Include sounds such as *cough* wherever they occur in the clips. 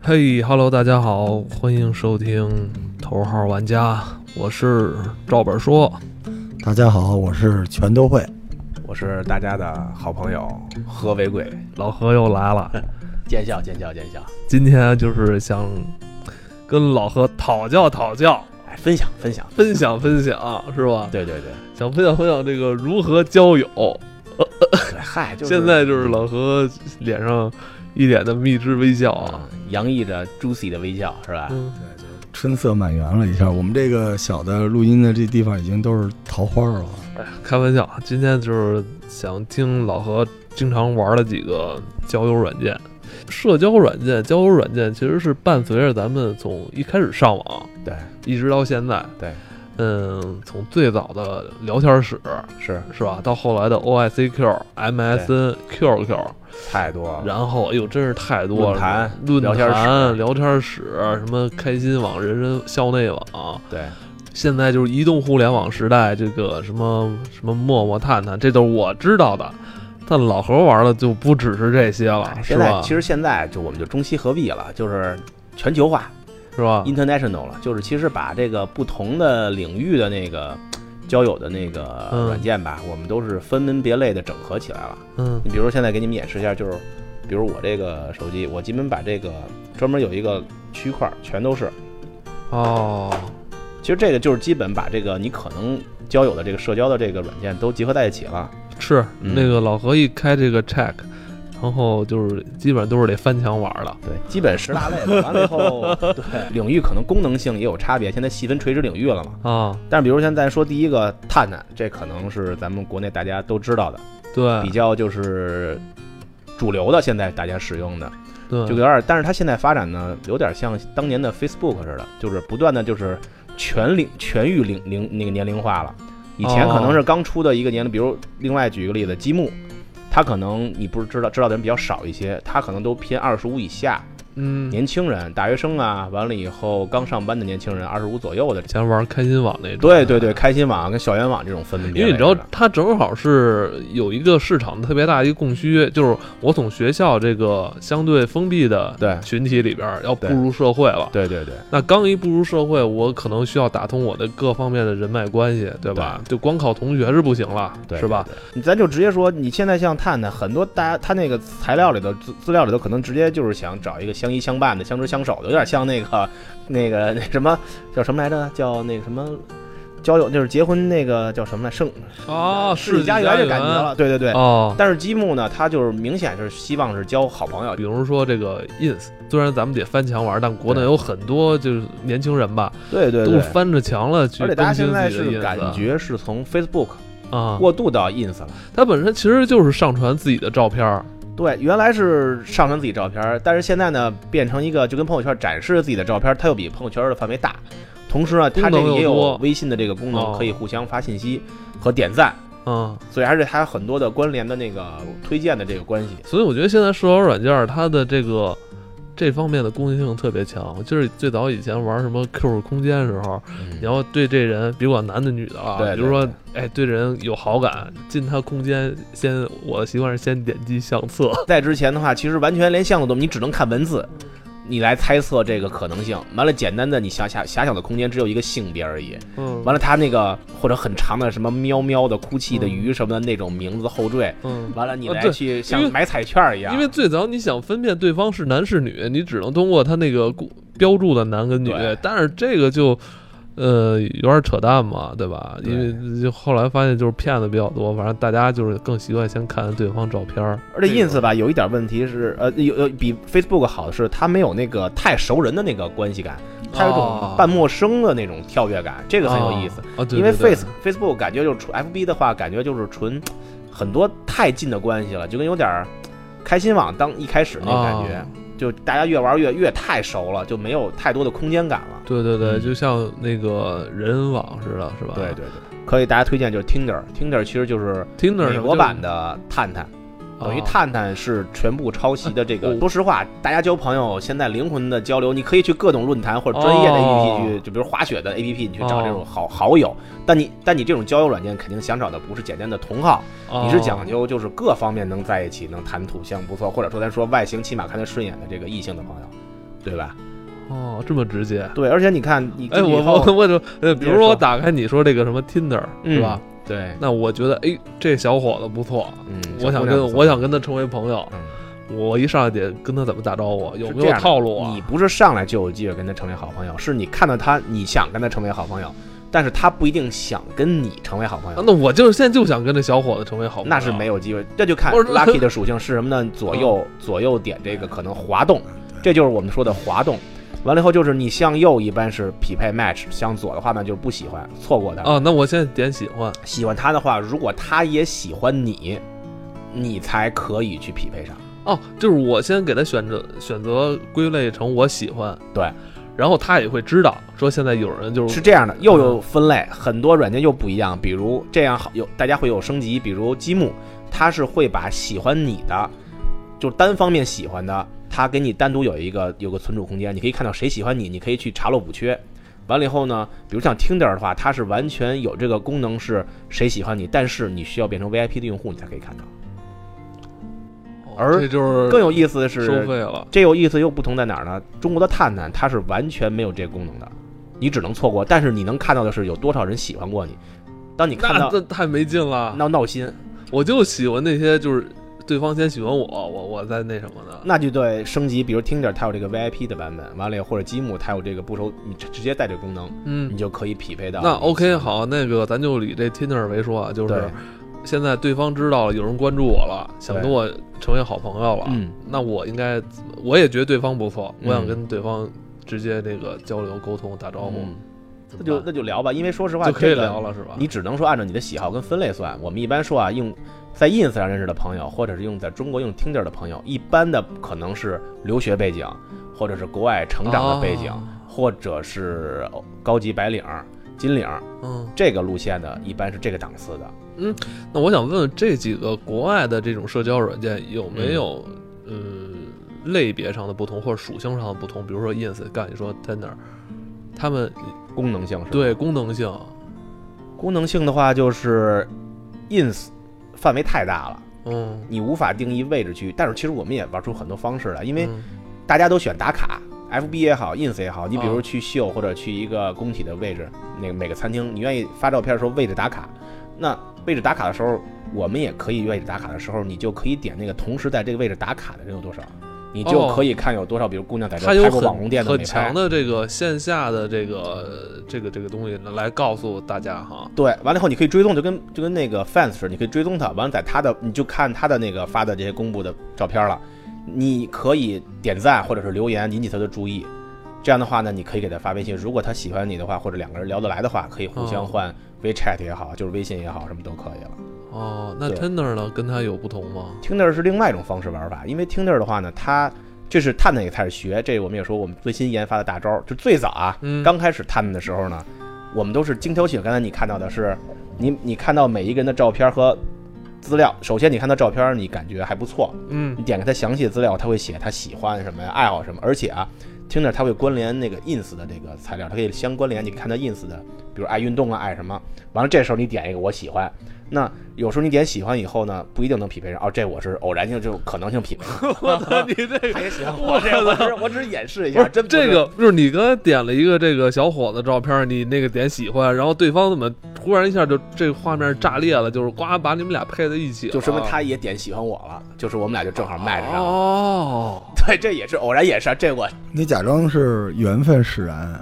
嘿哈喽，大家好，欢迎收听头号玩家，我是赵本说，大家好，我是全都会。我是大家的好朋友何为贵，老何又来了。见笑见笑见笑，今天就是想跟老何讨教讨教，哎，分享分享，分享分享，是吧？对对对，想分享分享这个如何交友。 *laughs* 嗨，就是现在就是老何脸上一脸的蜜汁微笑啊。啊，洋溢着 juicy 的微笑，是吧？嗯，春色满园了一下，我们这个小的录音的这地方已经都是桃花了。开玩笑，今天就是想听老何经常玩的几个交友软件。社交软件、交友软件其实是伴随着咱们从一开始上网，对，一直到现在，对，嗯，从最早的聊天室是是吧，到后来的 OICQ、MSN、QQ，太多了。然后哎呦，真是太多啊论了，坛论聊天坛、室聊天室，什么开心网、人人校内网，对，现在就是移动互联网时代，这个什么什么陌陌、探探，这都是我知道的。但老何玩的就不只是这些了，是哎现在吧其？实现在就我们就中西合璧了，就是全球化是吧？ international 了，就是其实把这个不同的领域的那个交友的那个嗯软件吧，我们都是分门别类的整合起来了。嗯你比如说现在给你们演示一下，就是比如我这个手机，我基本把这个专门有一个区块，全都是。哦，其实这个就是基本把这个你可能交友的这个社交的这个软件都结合在一起了。是嗯那个老何一开这个 check，然后就是基本上都是得翻墙玩了。对，基本十大类吧。完了以 *laughs* 后，对领域可能功能性也有差别，现在细分垂直领域了嘛。啊，但是比如现在说第一个探探，这可能是咱们国内大家都知道的，对比较就是主流的，现在大家使用的对，就有点，但是它现在发展呢，有点像当年的 Facebook 似的，就是不断的就是全领全域领领那个年龄化了。以前哦可能是刚出的一个年龄，比如另外举一个例子，积木，它可能你不是知道知道的人比较少一些，它可能都偏二十五以下。嗯，年轻人、大学生啊，完了以后刚上班的年轻人，二十五左右的，以前玩开心网那种。对对对，，开心网跟校园网这种分门嗯别因类为的。你知道，它正好是有一个市场特别大的一个供需，就是我从学校这个相对封闭的对群体里边儿要步对入社会了。对对对那刚一步入社会，我可能需要打通我的各方面的人脉关系，对吧？就光靠同学是不行了，对，是吧？对？对咱就直接说，你现在像探探，很多大家他那个材料里头资资料里头，可能直接就是想找一个相依相伴的、相知相守的，有点像那个那个那什么叫什么来着？叫那个什么交友，就是结婚那个叫什么来？圣啊，世纪佳缘的感觉了。对对对。哦。但是积木呢，它就是明显是希望是交好朋友，比如说这个 ins，虽然咱们得翻墙玩，但国内有很多就是年轻人吧，对对都对是。翻着墙了去而且大家更新现在自己的是 ins 感觉是从 Facebook 啊，过渡到 Ins 了。它本身其实就是上传自己的照片儿，对，原来是上传自己照片儿，但是现在呢，变成一个就跟朋友圈展示自己的照片儿，它又比朋友圈儿的范围大。同时呢，它这功个能又也有多微信的这个功哦能，可以互相发信息和点赞，嗯，所以还是还有很多的关联的那个推荐的这个关系。所以我觉得现在社交软件儿它的这个这方面的攻击性特别强。我记得最早以前玩什么 QQ 空间的时候，你要对这人，别管男的女的啊，对对比如说，哎，对这人有好感，进他空间，先我的习惯是先点击相 *laughs* 册，在之前的话，其实完全连项目都，你只能看文字，你来猜测这个可能性。完了，简单的你狭狭狭小的空间只有一个性别而已。嗯，完了，了，它那个或者很长的什么喵喵的、哭泣的嗯鱼什么的那种名字后缀，嗯。完了你啊来对去因为像买彩券儿一样，因为最早你想分辨对方是男是女，你只能通过他那个固标注的男跟女对，但是这个就，呃，有点扯淡嘛，对吧？对因为就后来发现就是骗子比较多，反正大家就是更习惯先看对方照片儿。而且这个 ins 吧，有一点问题是，呃，有有比 Facebook 好的是，它没有那个太熟人的那个关系感，它有一哦种半陌生的那种跳跃感，这个很有意思。啊，对因为对对 Face Facebook 感觉就是纯 FB 的话，感觉就是纯很多太近的关系了，就跟有点儿开心网当一开始那个感觉，啊就大家越玩越越太熟了，就没有太多的空间感了。对对对，嗯就像那个人网似的，是吧？对对，啊可以大家推荐就是 Tinder，Tinder 其实就是，Tinder 美什么国就版的探探。等于啊探探是全部抄袭的这哦个。说实话，大家交朋友现在灵魂的交流，你可以去各种论坛或者专业的哦 APP 去，就比如滑雪的 APP，你去哦找这种好好友。但你但你这种交友软件肯定想找的不是简单的同好，哦你是讲究就是各方面能在一起能谈吐相不错，或者说咱说外形起码看得顺眼的这个异性的朋友。对吧？哦，这么直接。对，而且你看，你哎，进去我以后我我就呃，比如说我说打开你说这个什么 Tinder 嗯是吧？对，那我觉得哎，这小伙子不错，嗯，我想小姑娘不跟错我想跟他成为朋友，嗯我一上来得跟他怎么打招呼，有是没这有样的套路啊你？不是上来就有机会跟他成为好朋友，是你看到他，你想跟他成为好朋友，但是他不一定想跟你成为好朋啊友，那我就是现在就想跟这小伙子成为好朋友，那是没有机会。这就看我说 lucky 的属性是什么呢？左右嗯左右点这个可能滑动，这就是我们说的滑动。完了以后就是你向右一般是匹配 match，向左的话呢就是不喜欢，错过他。啊。那我现在点喜欢，喜欢他的话，如果他也喜欢你，你才可以去匹配上。哦，就是我先给他选择选择归类成我喜欢，对，然后他也会知道说现在有人就是是这样的，又有分类，很多软件又不一样。比如这样好有大家会有升级，比如积木，它是会把喜欢你的，就是单方面喜欢的，它给你单独有一个有个存储空间，你可以看到谁喜欢你，你可以去查漏补缺。完了以后呢，比如像 Tinder 的话，它是完全有这个功能，是谁喜欢你，但是你需要变成 VIP 的用户，你才可以看到。哦而这就是更有意思的是，收费了。这有意思又不同在哪儿呢？中国的探探它是完全没有这个功能的，你只能错过，但是你能看到的是有多少人喜欢过你。当你看那到这太没劲了，闹闹心，我就喜欢那些就是对方先喜欢我，我我再那什么的。那就得升级，比如 Tinder 它有这个 VIP 的版本，完了以后或者积木它有这个不收，你直直接带这个功能，嗯你，就可以匹配到。那 OK，好，那个咱就以这 Tinder 为说啊，就是对，现在对方知道了有人关注我了，想跟对我成为好朋友了，嗯，那我应该怎么，我也觉得对方不错，嗯我想跟对方直接这个交流沟通打招呼，嗯怎那么就办那就聊吧，因为说实话，就可以这个聊了是吧？你只能说按照你的喜好跟分类算。我们一般说啊，用在 ins 上认识的朋友，或者是用在中国用 Tinder 的朋友，一般的可能是留学背景，或者是国外成长的背景，哦或者是哦高级白领、金领嗯，这个路线的，一般是这个档次的。那我想问问这几个国外的这种社交软件有没有嗯、呃类别上的不同或者属性上的不同？比如说 Ins，刚你说 Tinder，他们功能性是吧对功能性功能性的话，就是 ins 范围太大了，嗯，你无法定义位置区。但是其实我们也玩出很多方式来，因为嗯大家都选打卡，FB 也好，ins 也好，你比如啊去秀或者去一个工体的位置，那个每个餐厅，你愿意发照片的时候位置打卡，那位置打卡的时候，我们也可以位置打卡的时候，你就可以点那个同时在这个位置打卡的人有多少，你就哦可以看有多少，比如姑娘在这它有拍过网红很店的很美强拍。的这个线下的这个这个这个东西来告诉大家哈，对，完了以后你可以追踪，就跟就跟那个 fans 似的，你可以追踪他，完了在他的你就看他的那个发的这些公布的照片了，你可以点赞或者是留言引起他的注意，这样的话呢，你可以给他发微信，如果他喜欢你的话，或者两个人聊得来的话，可以互相换 WeChat 也好，就是微信也好，什么都可以了。哦，那对 Tinder 呢跟它有不同吗？ Tinder 是另外一种方式玩法，因为 Tinder 的话呢，它这是探探也开始学，这我们也说我们最新研发的大招，就最早啊，嗯，刚开始探的时候呢，我们都是精挑细选。刚才你看到的是，你你看到每一个人的照片和资料，首先你看到照片，你感觉还不错， *laughs* 嗯你点开他详细的资料，他会写他喜欢什么呀，爱好什么，而且啊，听着他会关联那个 ins 的这个材料，它可以相关联。你看他 ins 的，比如爱运动啊，爱什么，完了这时候你点一个我喜欢。那有时候你点喜欢以后呢，不一定能匹配上。哦，这我是偶然性，就可能性 *laughs* 匹配。我操，你这个他也喜欢我，这我只我只是演示一不下，是真不这是个，就是你刚才点了一个这个小伙子照片，你那个点喜欢，然后对方怎么突然一下就这画面炸裂了，就是呱把你们俩配在一起了，就说明他也点喜欢我了，就是我们俩就正好啊卖上了。哦， *laughs* 对，这也是偶然也是这我你假装是缘分使然，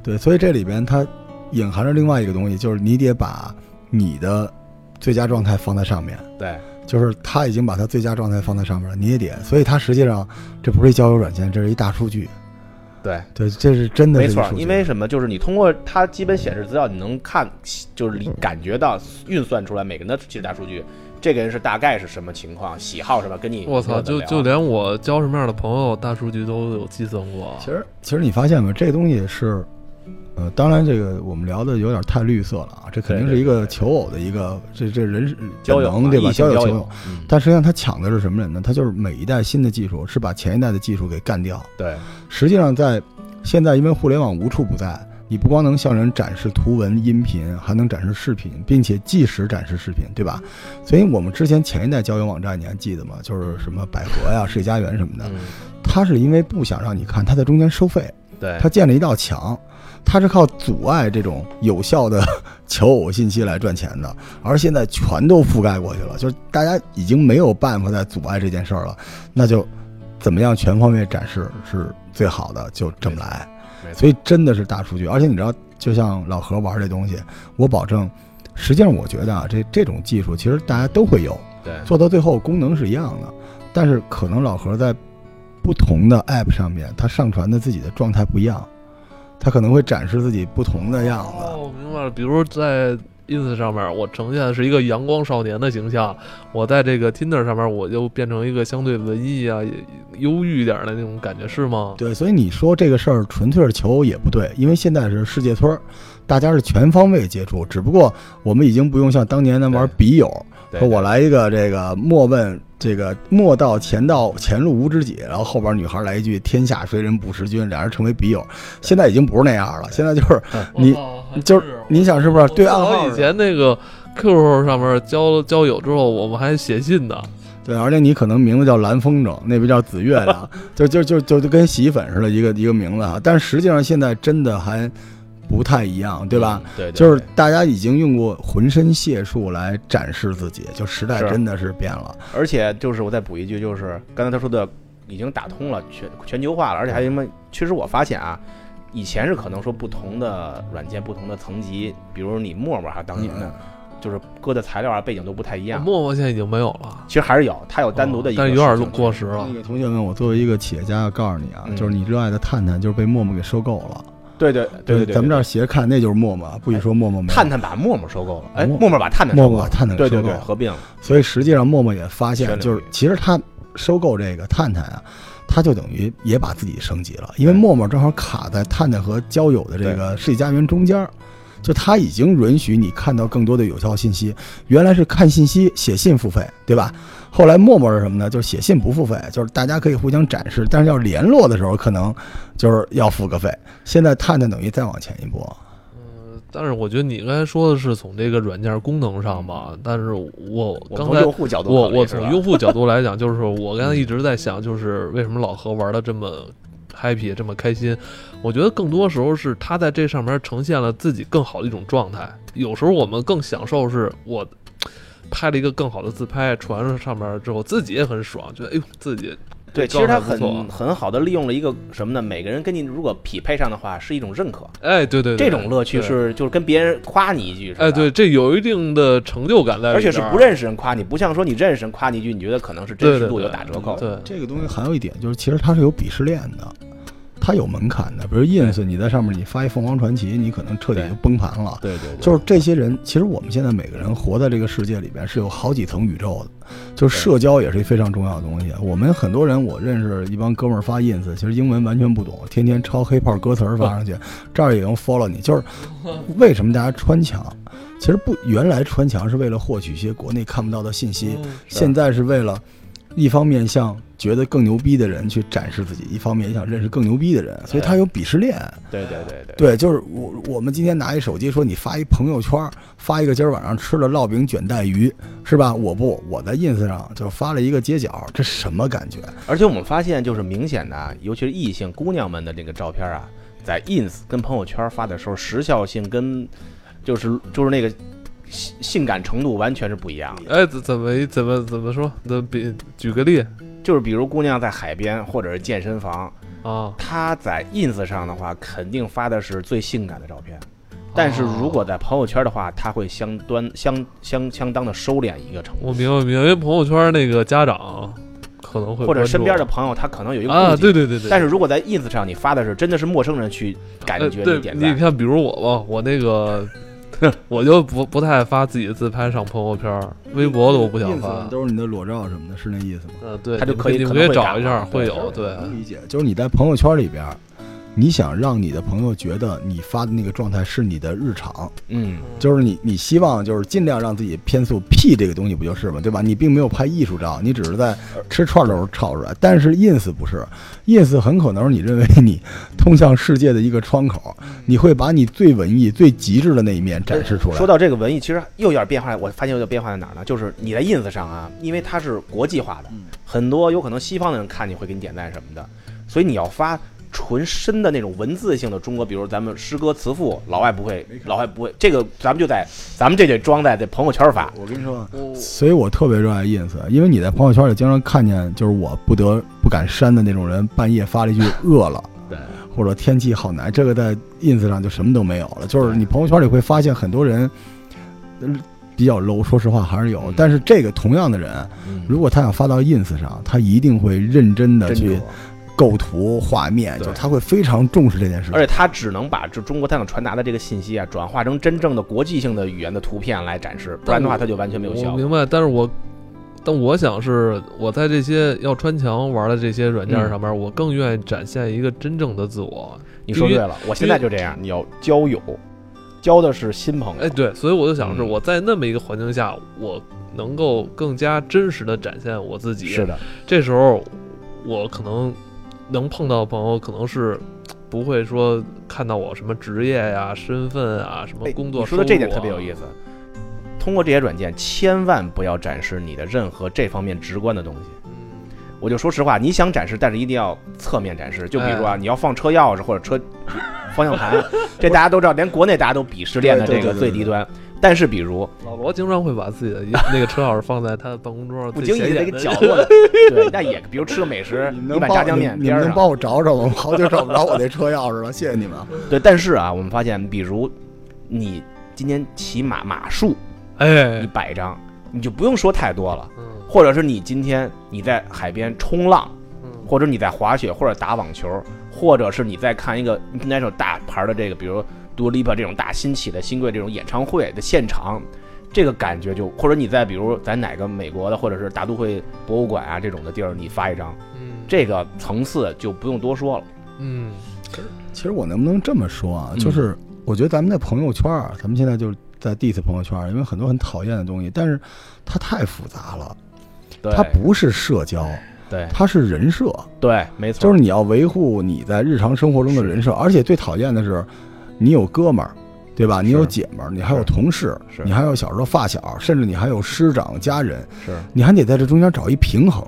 对，所以这里边它隐含着另外一个东西，就是你得把你的最佳状态放在上面，对就是他已经把他最佳状态放在上面了，你也得，所以它实际上这不是一交友软件，这是一大数据，对，对，这是真的没是一错数，据因为什么？就是你通过它基本显示资料，你能看，就是你感觉到运算出来每个人的其实大数据，这个人是大概是什么情况，喜好什么，跟你我操，有的就聊就连我交什么样的朋友，大数据都有计算过。其实，其实你发现吗？这东西是，呃，当然这个我们聊的有点太绿色了啊，这肯定是一个求偶的一个这这人是交友本能嘛对吧？异性友交求友偶，，嗯但实际上它抢的是什么人呢？它就是每一代新的技术是把前一代的技术给干掉。对实际上在现在，因为互联网无处不在。你不光能向人展示图文、音频，还能展示视频，并且即时展示视频，对吧？所以，我们之前前一代交友网站你还记得吗？就是什么百合呀、世纪佳缘什么的，嗯他是因为不想让你看，他在中间收费，对，他建了一道墙，他是靠阻碍这种有效的 *laughs* 求偶信息来赚钱的，而现在全都覆盖过去了，就是大家已经没有办法再阻碍这件事儿了，那就怎么样全方位展示是最好的，就这么来没。错所以真的是大数据，而且你知道，就像老何玩这东西，我保证，实际上我觉得啊，这这种技术其实大家都会有，对做到最后功能是一样的，但是可能老何在不同的 App 上面，他上传的自己的状态不一样，他可能会展示自己不同的样子。哦，我明白了。比如在 ins 上面，我呈现的是一个阳光少年的形象；我在这个 tinder 上面，我就变成一个相对文艺啊、也忧郁一点的那种感觉，是吗？对，所以你说这个事儿纯粹是求偶也不对，因为现在是世界村儿，大家是全方位接触，只不过我们已经不用像当年那玩笔友，对说我来一个这个莫问这个莫道前道前路无知己，然后后边女孩来一句天下谁人不识君，俩人成为笔友。现在已经不是那样了，现在就是你哦还就是你想啊是不是对暗我号以前那个 QQ 上面交交友之后，我们还写信呢。对，而且你可能名字叫蓝风筝，那边叫紫月亮，就就就就就跟洗衣粉似的一个一个名字啊。但是实际上现在真的还不太一样，对吧？？对，对就是嗯对大家已经用过浑身解数来展示自己，就时代是真的是变了。而且就是我再补一句，就是刚才他说的已经打通了全全球化了，而且还有什么？其实我发现啊，以前是可能说不同的软件、不同的层级，比如你陌陌哈，当呃年嗯的、就是搁的材料啊、背景都不太一样。陌陌现在已经没有了，其实还是有，它有单独的哦一个但事是情，有点过时了那。个同学们，我作为一个企业家，告诉你啊，嗯就是你热爱的探探就是被陌陌给收购了。对。对对对对对，哎咱们这儿斜看那就是陌陌，不许说陌陌没有。探探把陌陌收购了，哎，陌陌陌把探探陌收购陌了，探探对收对购对，了，合并了，所以实际上陌陌也发全现，领就是域其实他收购这个探探啊，他就等于也把自己升级了，因为对陌陌正好卡在探探和交友的这对个世纪佳缘中间儿。就他已经允许你看到更多的有效信息，原来是看信息写信付费，对吧？后来陌陌是什么呢？就是写信不付费，就是大家可以互相展示，但是要联络的时候可能就是要付个费。现在探探等于再往前一步，但是我觉得你刚才说的是从这个软件功能上吧，但是我我刚从才用户角度我考虑我是从吧用户角度 *laughs* 来讲，就是我刚才一直在想，就是为什么老何玩的这么 happy，这么开心？我觉得更多时候是他在这上面呈现了自己更好的一种状态。有时候我们更享受是我拍了一个更好的自拍，传上上面之后，自己也很爽，觉得哎呦自己对，这其实状它态不错很很好的利用了一个什么呢？每个人跟你如果匹配上的话，是一种认可，哎对对对这种乐趣对是就是跟别人夸你一句，是吧哎对，，这有一定的成就感在里边，而且是不认识人夸你，不像说你认识人夸你一句，你觉得可能是真对实对度对有打折扣。对。这个东西还有一点就是，其实它是有鄙视链的，它有门槛的。比如 ins，你在上面你发一凤凰传奇，你可能彻底就崩盘了。对对对，就是这些人，其实我们现在每个人活在这个世界里边是有好几层宇宙的，就是社交也是非常重要的东西。我们很多人，我认识一帮哥们儿发 ins，其实英文完全不懂，天天抄黑炮歌词儿发上去，这儿也能 follow 你。就是为什么大家穿墙？其实不，原来穿墙是为了获取一些国内看不到的信息，现在是为了，一方面向觉得更牛逼的人去展示自己，一方面也想认识更牛逼的人，哎所以他有鄙视链。对对对对，对，就是我我们今天拿一手机说你发一朋友圈儿，发一个今儿晚上吃了烙饼卷带鱼，是吧？我不，我在 ins 上就发了一个街角，这什么感觉？而且我们发现就是明显的啊，尤其是异性姑娘们的这个照片啊，在 ins 跟朋友圈发的时候，时效性跟就是就是那个性性感程度完全是不一样的。哎，怎怎么怎么怎么说？怎么比举个例就是比如姑娘在海边或者是健身房，啊？她在 ins 上的话，肯定发的是最性感的照片。但哦是如果在朋友圈的话，她会相端相相相当的收敛一个程度，我明白明白，因为朋友圈那个家长可能会或者关注身边的朋友，她可能有一个啊，顾忌对对对对。但是是如果在 ins 上你发的是真的是陌生人去感觉对你点你赞，看，比如我吧，我那 *laughs* 个我就不不太发自己的自拍上朋友圈儿，微博的我不想 ins 发上。都是你的裸照什么的，是那意思吗？呃，对，嗯他就你们可以你们可可能以会找一干下，嘛会对嗯有对。啊能理解，就是你在朋友圈里边儿，你想让你的朋友觉得你发的那个状态是你的日常，嗯就是你你希望就是尽量让自己偏速 P 这个东西不就是嘛，对吧？你并没有拍艺术照，你只是在吃串儿的时候炒出来。但是 ins 不是，ins 很可能是你认为你通向世界的一个窗口，你会把你最文艺、最极致的那一面展示出来说。到这个文艺，其实又有点变化。我发现有点变化在哪儿呢？就是你在 ins 上啊，因为它是国际化的，很多有可能西方的人看你会给你点赞什么的，所以你要发纯深的那种文字性的中国，比如咱们诗歌词赋，老外不会，老外不会。这个咱们就在咱们这得装在这朋友圈发。我跟你说，我所以我特别热爱 ins，因为你在朋友圈里经常看见，就是我不得不敢删的那种人，半夜发了一句“饿了”，对，或者天气好难，这个在 ins 上就什么都没有了。就是你朋友圈里会发现很多人，呃比较 low，说实话还是有嗯。但是这个同样的人，嗯，如果他想发到 ins 上，他一定会认真的真去嗯牛。构图、画面，对就他会非常重视这件事情而。且他只能把这中国他想传达的这个信息啊，转化成真正的国际性的语言的图片来展示，不然的话他就完全没有效我果。明白，但是我，但我想是我在这些要穿墙玩的这些软件嗯上面，我更愿意展现一个真正的自我。你说对了，我现在就这样，你要交友，交的是新朋友。哎，对，所以我就想是嗯我在那么一个环境下，我能够更加真实的展现我自己。是的，这时候我可能能碰到的朋友，可能是不会说看到我什么职业呀、身份啊、什么哎工作、啊你说的这点特别有思。意思。通过这些软件，千万不要展示你的任何这方面直观的东西。我就说实话，你想展示，但是一定要侧面展示。就比如说啊，你要放车钥匙或者车 *laughs* 方向盘，这大家都知道，连国内大家都鄙视链的对这对对个对最低端。但是比如老罗经常会把自己的一那个车钥匙放在他的办公桌上，不经意最的显眼一的个 *laughs* 角落的，对，那也比如吃个美食，你们一能碗帮炸酱面你们你们边能上，帮我找找吗？我好久找不着我那车钥匙了，谢谢你们啊。对。但是啊，我们发现，比如你今天骑马马术一 *laughs* 哎，百张，你就不用说太多了。嗯或者是你今天你在海边冲浪，嗯，或者你在滑雪，或者打网球，或者是你在看一个 international 大牌的这个，比如 Dua Lipa 这种大新起的新贵这种演唱会的现场，这个感觉就，或者你在比如在哪个美国的，或者是大都会博物馆啊这种的地儿，你发一张，嗯这个层次就不用多说了。嗯，其实我能不能这么说啊？嗯就是我觉得咱们的朋友圈儿，咱们现在就是在 diss 朋友圈儿，因为很多很讨厌的东西，但是它太复杂了，对，它不是社交，对它是人设，对，没错，就是你要维护你在日常生活中的人设，而且最讨厌的是，你有哥们儿。对吧？你有姐们儿，你还有是同事是，你还有小时候发小，甚至你还有师长、家人，是你还得在这中间找一平衡，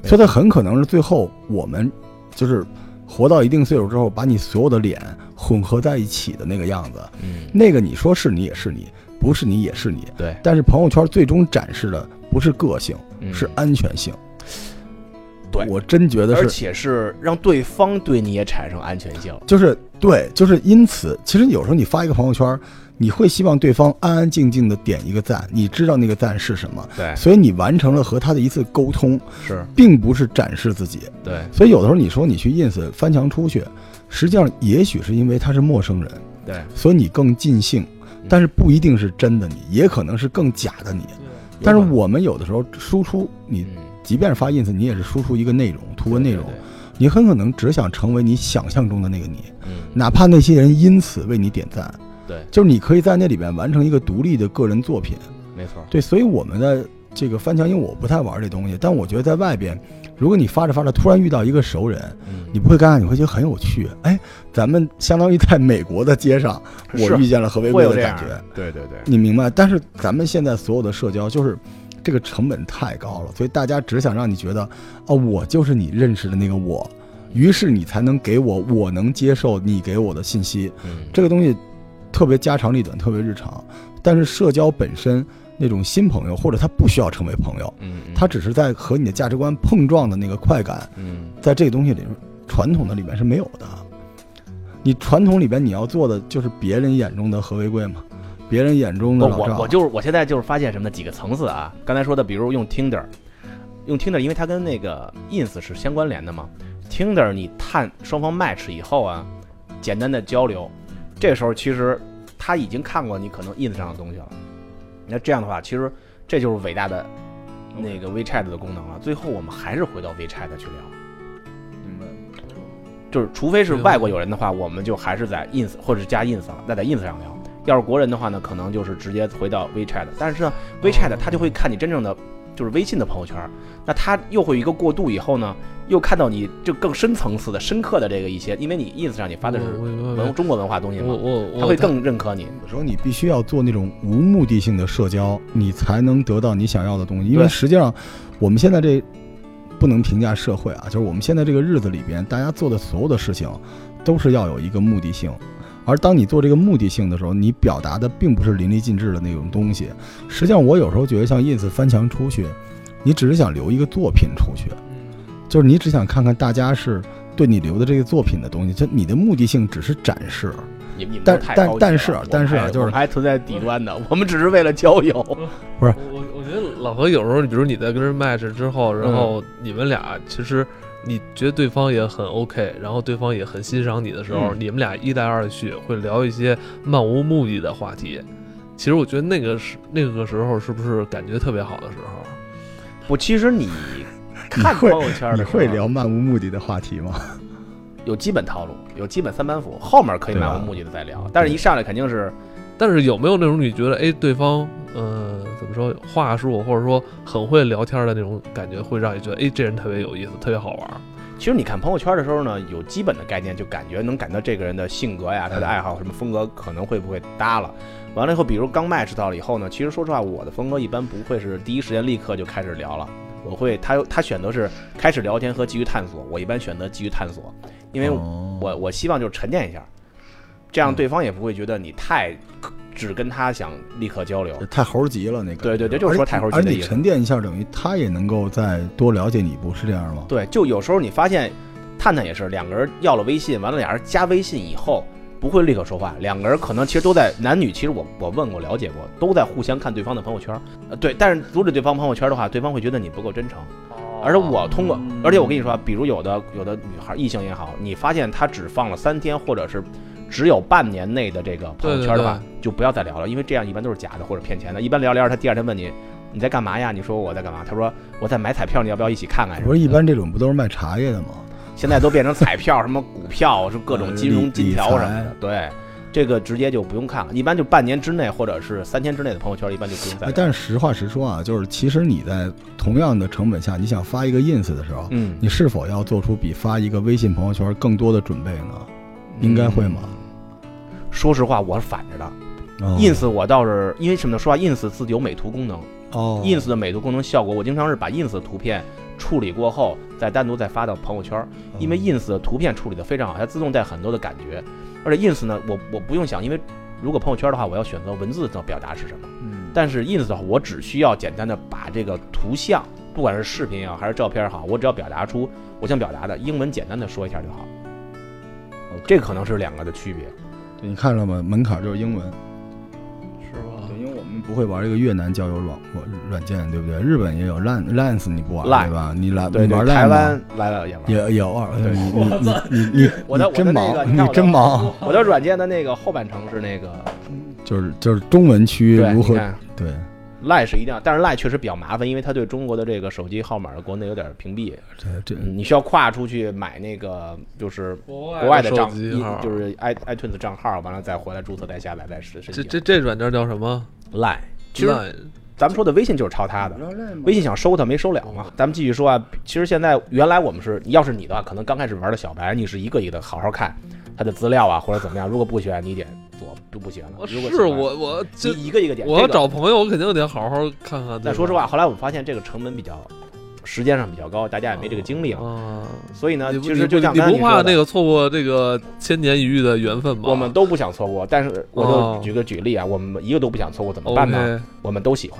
没所以它很可能是最后我们就是活到一定岁数之后，把你所有的脸混合在一起的那个样子。嗯，那个你说是你也是你，不是你也是你。对，但是朋友圈最终展示的不是个性，嗯是安全性。对我真觉得而是，且是让对方对你也产生安全性。就是对，就是因此，其实有时候你发一个朋友圈，你会希望对方安安静静的点一个赞，你知道那个赞是什么，对，所以你完成了和他的一次沟通，是并不是展示自己。对所以有的时候你说你去 ins 翻墙出去，实际上也许是因为他是陌生人，对，所以你更尽兴，嗯但是不一定是真的你，也可能是更假的你。但是我们有的时候输出，你嗯即便是发 ins，你也是输出一个内容，图文内容，对对你很可能只想成为你想象中的那个你，对嗯，哪怕那些人因此为你点赞，对，就是你可以在那里边完成一个独立的个人作品。没错，对，所以我们的这个翻墙，因为我不太玩这东西，但我觉得在外边，如果你发着发着突然遇到一个熟人，嗯你不会尴尬，你会觉得很有趣。哎，咱们相当于在美国的街上，我遇见了合肥会贵有的这感样觉，，对对对，你明白？但是咱们现在所有的社交就是。这个成本太高了，所以大家只想让你觉得，哦，我就是你认识的那个我，于是你才能给我我能接受你给我的信息。嗯，这个东西特别家长里短，特别日常。但是社交本身那种新朋友，或者他不需要成为朋友，嗯，嗯他只是在和你的价值观碰撞的那个快感，嗯在这个东西里，传统的里面是没有的。你传统里边你要做的就是别人眼中的和为贵嘛，别人眼中的我老我赵我。就是我现在就是发现什么呢？几个层次啊，刚才说的，比如用 Tinder，用 Tinder，因为它跟那个 Ins 是相关联的嘛。Tinder 你探双方 match 以后啊，简单的交流，这个时候其实他已经看过你可能 Ins 上的东西了。那这样的话，其实这就是伟大的那个 WeChat 的功能了。最后我们还是回到 WeChat 去聊。就是除非是外国友人的话，我们就还是在 ins 或者是加 ins 了，那在 ins 上聊。要是国人的话呢，可能就是直接回到 WeChat，但是呢，WeChat 他就会看你真正的就是微信的朋友圈，那他又会有一个过渡以后呢，又看到你就更深层次的、深刻的这个一些，因为你 ins 上你发的是我我文中国文化东西我嘛，我我他会更认可你。有时候你必须要做那种无目的性的社交，你才能得到你想要的东西。因为对实际上，我们现在这不能评价社会啊，就是我们现在这个日子里边，大家做的所有的事情都是要有一个目的性。而当你做这个目的性的时候，你表达的并不是淋漓尽致的那种东西。实际上，我有时候觉得像 ins 翻墙出去，你只是想留一个作品出去，就是你只想看看大家是对你留的这个作品的东西，就你的目的性只是展示。你们你们但都太但高级但了是我们但是啊还就是我们还存在底端的， *laughs* 我们只是为了交友。 *laughs* 我我我觉得老何有时候，比如你在跟人 match 之后，然后你们俩其实你觉得对方也很 OK，然后对方也很欣赏你的时候，嗯你们俩一来二去会聊一些漫无目的的话题。其实我觉得那个是那个时候是不是感觉特别好的时候？不，其实你看你会朋友圈你的时候会聊漫无目的的话题吗？有基本套路，有基本三板斧，后面可以对吧漫无目的的再聊，但是一上来肯定是但是有没有那种你觉得哎对方呃怎么说话术或者说很会聊天的那种感觉，会让你觉得哎这人特别有意思，特别好玩儿？其实你看朋友圈的时候呢，有基本的概念，就感觉能感到这个人的性格呀、他的爱好、什么风格可能会不会搭了。完了以后，比如刚 match 到了以后呢，其实说实话，我的风格一般不会是第一时间立刻就开始聊了，我会他他选择是开始聊天和继续探索，我一般选择继续探索，因为哦我我希望就是沉淀一下，这样对方也不会觉得你太只跟他想立刻交流。哦太猴急了，那个对对对就是说太猴急的而且意思沉淀一下，等于他也能够再多了解你一步，是这样吗？对，就有时候你发现，探探也是两个人要了微信，完了俩人加微信以后不会立刻说话，两个人可能其实都在男女，其实我我问过了解过，都在互相看对方的朋友圈。呃，对，但是阻止对方朋友圈的话，对方会觉得你不够真诚。而且我通过，嗯而且我跟你说啊，比如有的有的女孩异性也好，你发现她只放了三天，或者是只有半年内的这个朋友圈的话，就不要再聊了，因为这样一般都是假的或者骗钱的。一般聊聊，他第二天问你你在干嘛呀？你说我在干嘛？他说我在买彩票，你要不要一起看看？不是一般这种不都是卖茶叶的吗？呃现在都变成彩票、什么股票、是各种金融金条什么哎理理哎的。对，这个直接就不用看了，一般就半年之内或者是三天之内的朋友圈，一般就不用再哎聊。但是实话实说啊，就是其实你在同样的成本下，你想发一个 ins 的时候，嗯，你是否要做出比发一个微信朋友圈更多的准备呢？应该会吗嗯？说实话，我是反着的。哦嗯 ins 我倒是因为什么呢？说实话，ins 自己有美图功能哦，ins 的美图功能效果，我经常是把 ins 的图片处理过后，再单独再发到朋友圈。嗯因哦为 ins 的图片处理的非常好，它自动带很多的感觉，而且 ins 呢，我我不用想，因为如果朋友圈的话，我要选择文字的表达是什么。嗯但是 ins 的话，我只需要简单的把这个图像，不管是视频也好，还是照片也好，我只要表达出我想表达的，英文简单的说一下就好。这个可能是两个的区别。对你看了吗？门槛就是英文。是吧？对，因为我们不会玩这个越南交友软软件，对不对？日本也有 Lan Lance，你不玩 Line 对吧？你来对你对，玩 Line 台吗湾来了也玩。也也偶尔，你你你你我的你真我忙，的那个你看我的真忙，我的软件的那个后半程是 *laughs* 那个，就是就是中文区对，如你何看对 Line 是一定要，但是 Line 确实比较麻烦，因为它对中国的这个手机号码的国内有点屏蔽，对这嗯你需要跨出去买那个就是国国外的手账，机号就是 i iTunes 账号，完了再回来注册再下载再实申这请。这这软件叫什么？ Line，其实 Line 咱们说的微信就是抄它的，嗯微信想收它没收了嘛。咱们继续说啊，其实现在原来我们是，要是你的话，可能刚开始玩的小白，你是一个一个好好看它的资料啊或者怎么样，如果不喜欢你点左就不喜欢了我。如是果喜欢我我这你一个一个点，我要这个找朋友，我肯定得好好看看。但说实话，后来我们发现这个成本比较，时间上比较高，大家也没这个精力了。啊，所以呢你，不其你实不就像你刚才不怕说的那，个错过这个千年一遇的缘分吗？我们都不想错过。但是我哦就举个举例啊，我们一个都不想错过，怎么办呢？ OK，我们都喜欢。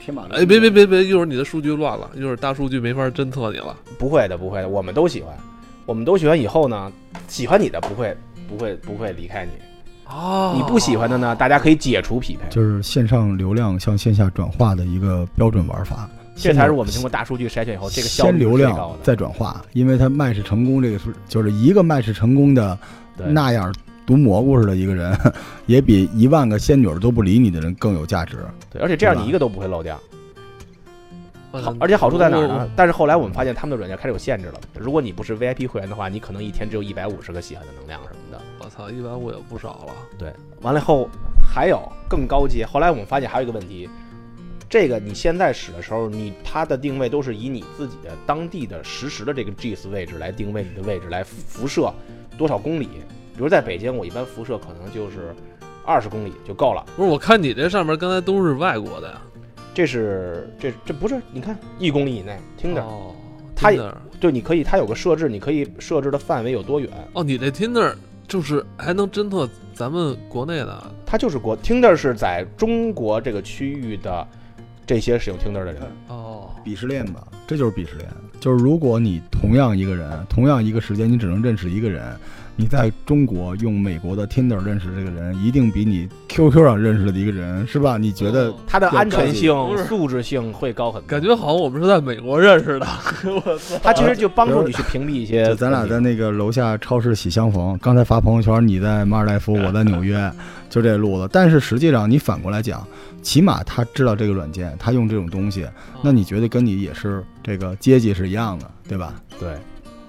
天马哎，别别别别，一会儿你的数据乱了，一会儿大数据没法侦测你了。不会的，不会的，我们都喜欢。我们都喜欢以后呢，喜欢你的不会不会不会离开你，哦你不喜欢的呢，大家可以解除匹配。就是线上流量向线下转化的一个标准玩法，这才是我们通过大数据筛选以后，这个效率先是流最高量的。再转化，因为它 match 成功这个是就是一个 match 成功的对那样毒蘑菇似的一个人， *laughs* 也比一万个仙女儿都不理你的人更有价值。对，而且这样对吧嗯你一个都不会漏掉。啊换好算，而且好处在哪儿哦呢？但是后来我们发现他们的软件开始有限制了。如果你不是 VIP 会员的话，你可能一天只有一百五十个喜欢的能量什么的。我操，一百五也不少了。完了以后还有更高阶。后来我们发现还有一个问题，这个你现在使的时候，你它的定位都是以你自己的当地的实时的这个 GIS 位置来定位你的位置，来辐射多少公里。比如在北京，我一般辐射可能就是二十公里就够了。不是，我看你这上面刚才都是外国的呀。这是这这不是？你看一公里以内听着，哦，它 Tinder 对，你可以它有个设置，你可以设置的范围有多远。哦，你这 Tinder 就是还能侦测咱们国内的，它就是国 Tinder 是在中国这个区域的这些使用 Tinder 的人，哦，鄙视链吧，这就是鄙视链。就是如果你同样一个人，同样一个时间，你只能认识一个人，你在中国用美国的 Tinder 认识这个人，一定比你 QQ 上认识的一个人，是吧？你觉得哦它的安全性不、是素质性会高很多。感觉好像我们是在美国认 *laughs* 识的？它其实就帮助你去屏蔽一些就。咱俩在那个楼下超市喜相逢，刚才发朋友圈，你在马尔代夫，我在纽约，就这路子。但是实际上，你反过来讲，起码他知道这个软件，他用这种东西，嗯那你觉得跟你也是这个阶级是一样的，对吧？对，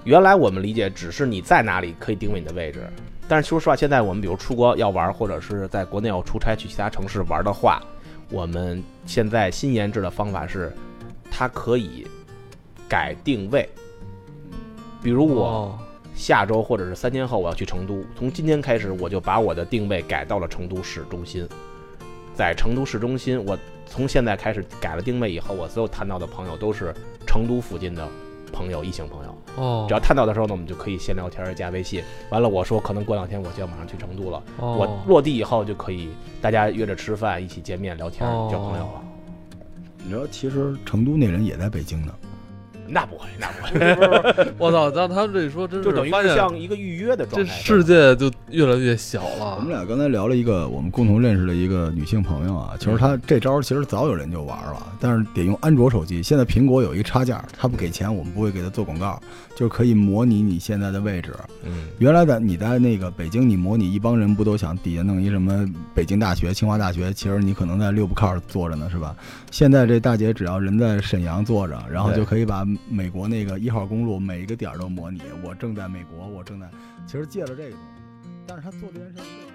原来我们理解只是你在哪里可以定位你的位置，但是说实话，现在我们比如出国要玩，或者是在国内要出差去其他城市玩的话，我们现在新研制的方法是，它可以改定位。比如我哦下周或者是三天后我要去成都，从今天开始我就把我的定位改到了成都市中心，在成都市中心，我从现在开始改了定位以后，我所有探到的朋友都是成都附近的朋友，异性朋友。哦，只要探到的时候呢，我们就可以先聊天加微信。完了，我说可能过两天我就要马上去成都了，我哦落地以后就可以大家约着吃饭，一起见面聊天哦交朋友了。你知道，其实成都那人也在北京呢。那不会，那不 *laughs* 会，我操，让他们这一说，真就等于发是现像一个预约的状这态。世界就越来越小我们了。俩刚才聊了一个我们共同认识的一个女性朋友啊，其实她这招其实早有人就玩了，但是得用安卓手机。现在苹果有一个插件，他不给钱，我们不会给他做广告，就是可以模拟你现在的位置。嗯，原来在你在那个北京，你模拟一帮人不都想底下弄一什么北京大学、清华大学？其实你可能在六步靠坐着呢，是吧？现在这大姐只要人在沈阳坐着，然后对就可以把美国那个一号公路每一个点儿都模拟。我正在美国，我正在，其实借着这个东西，但是她做这件事儿。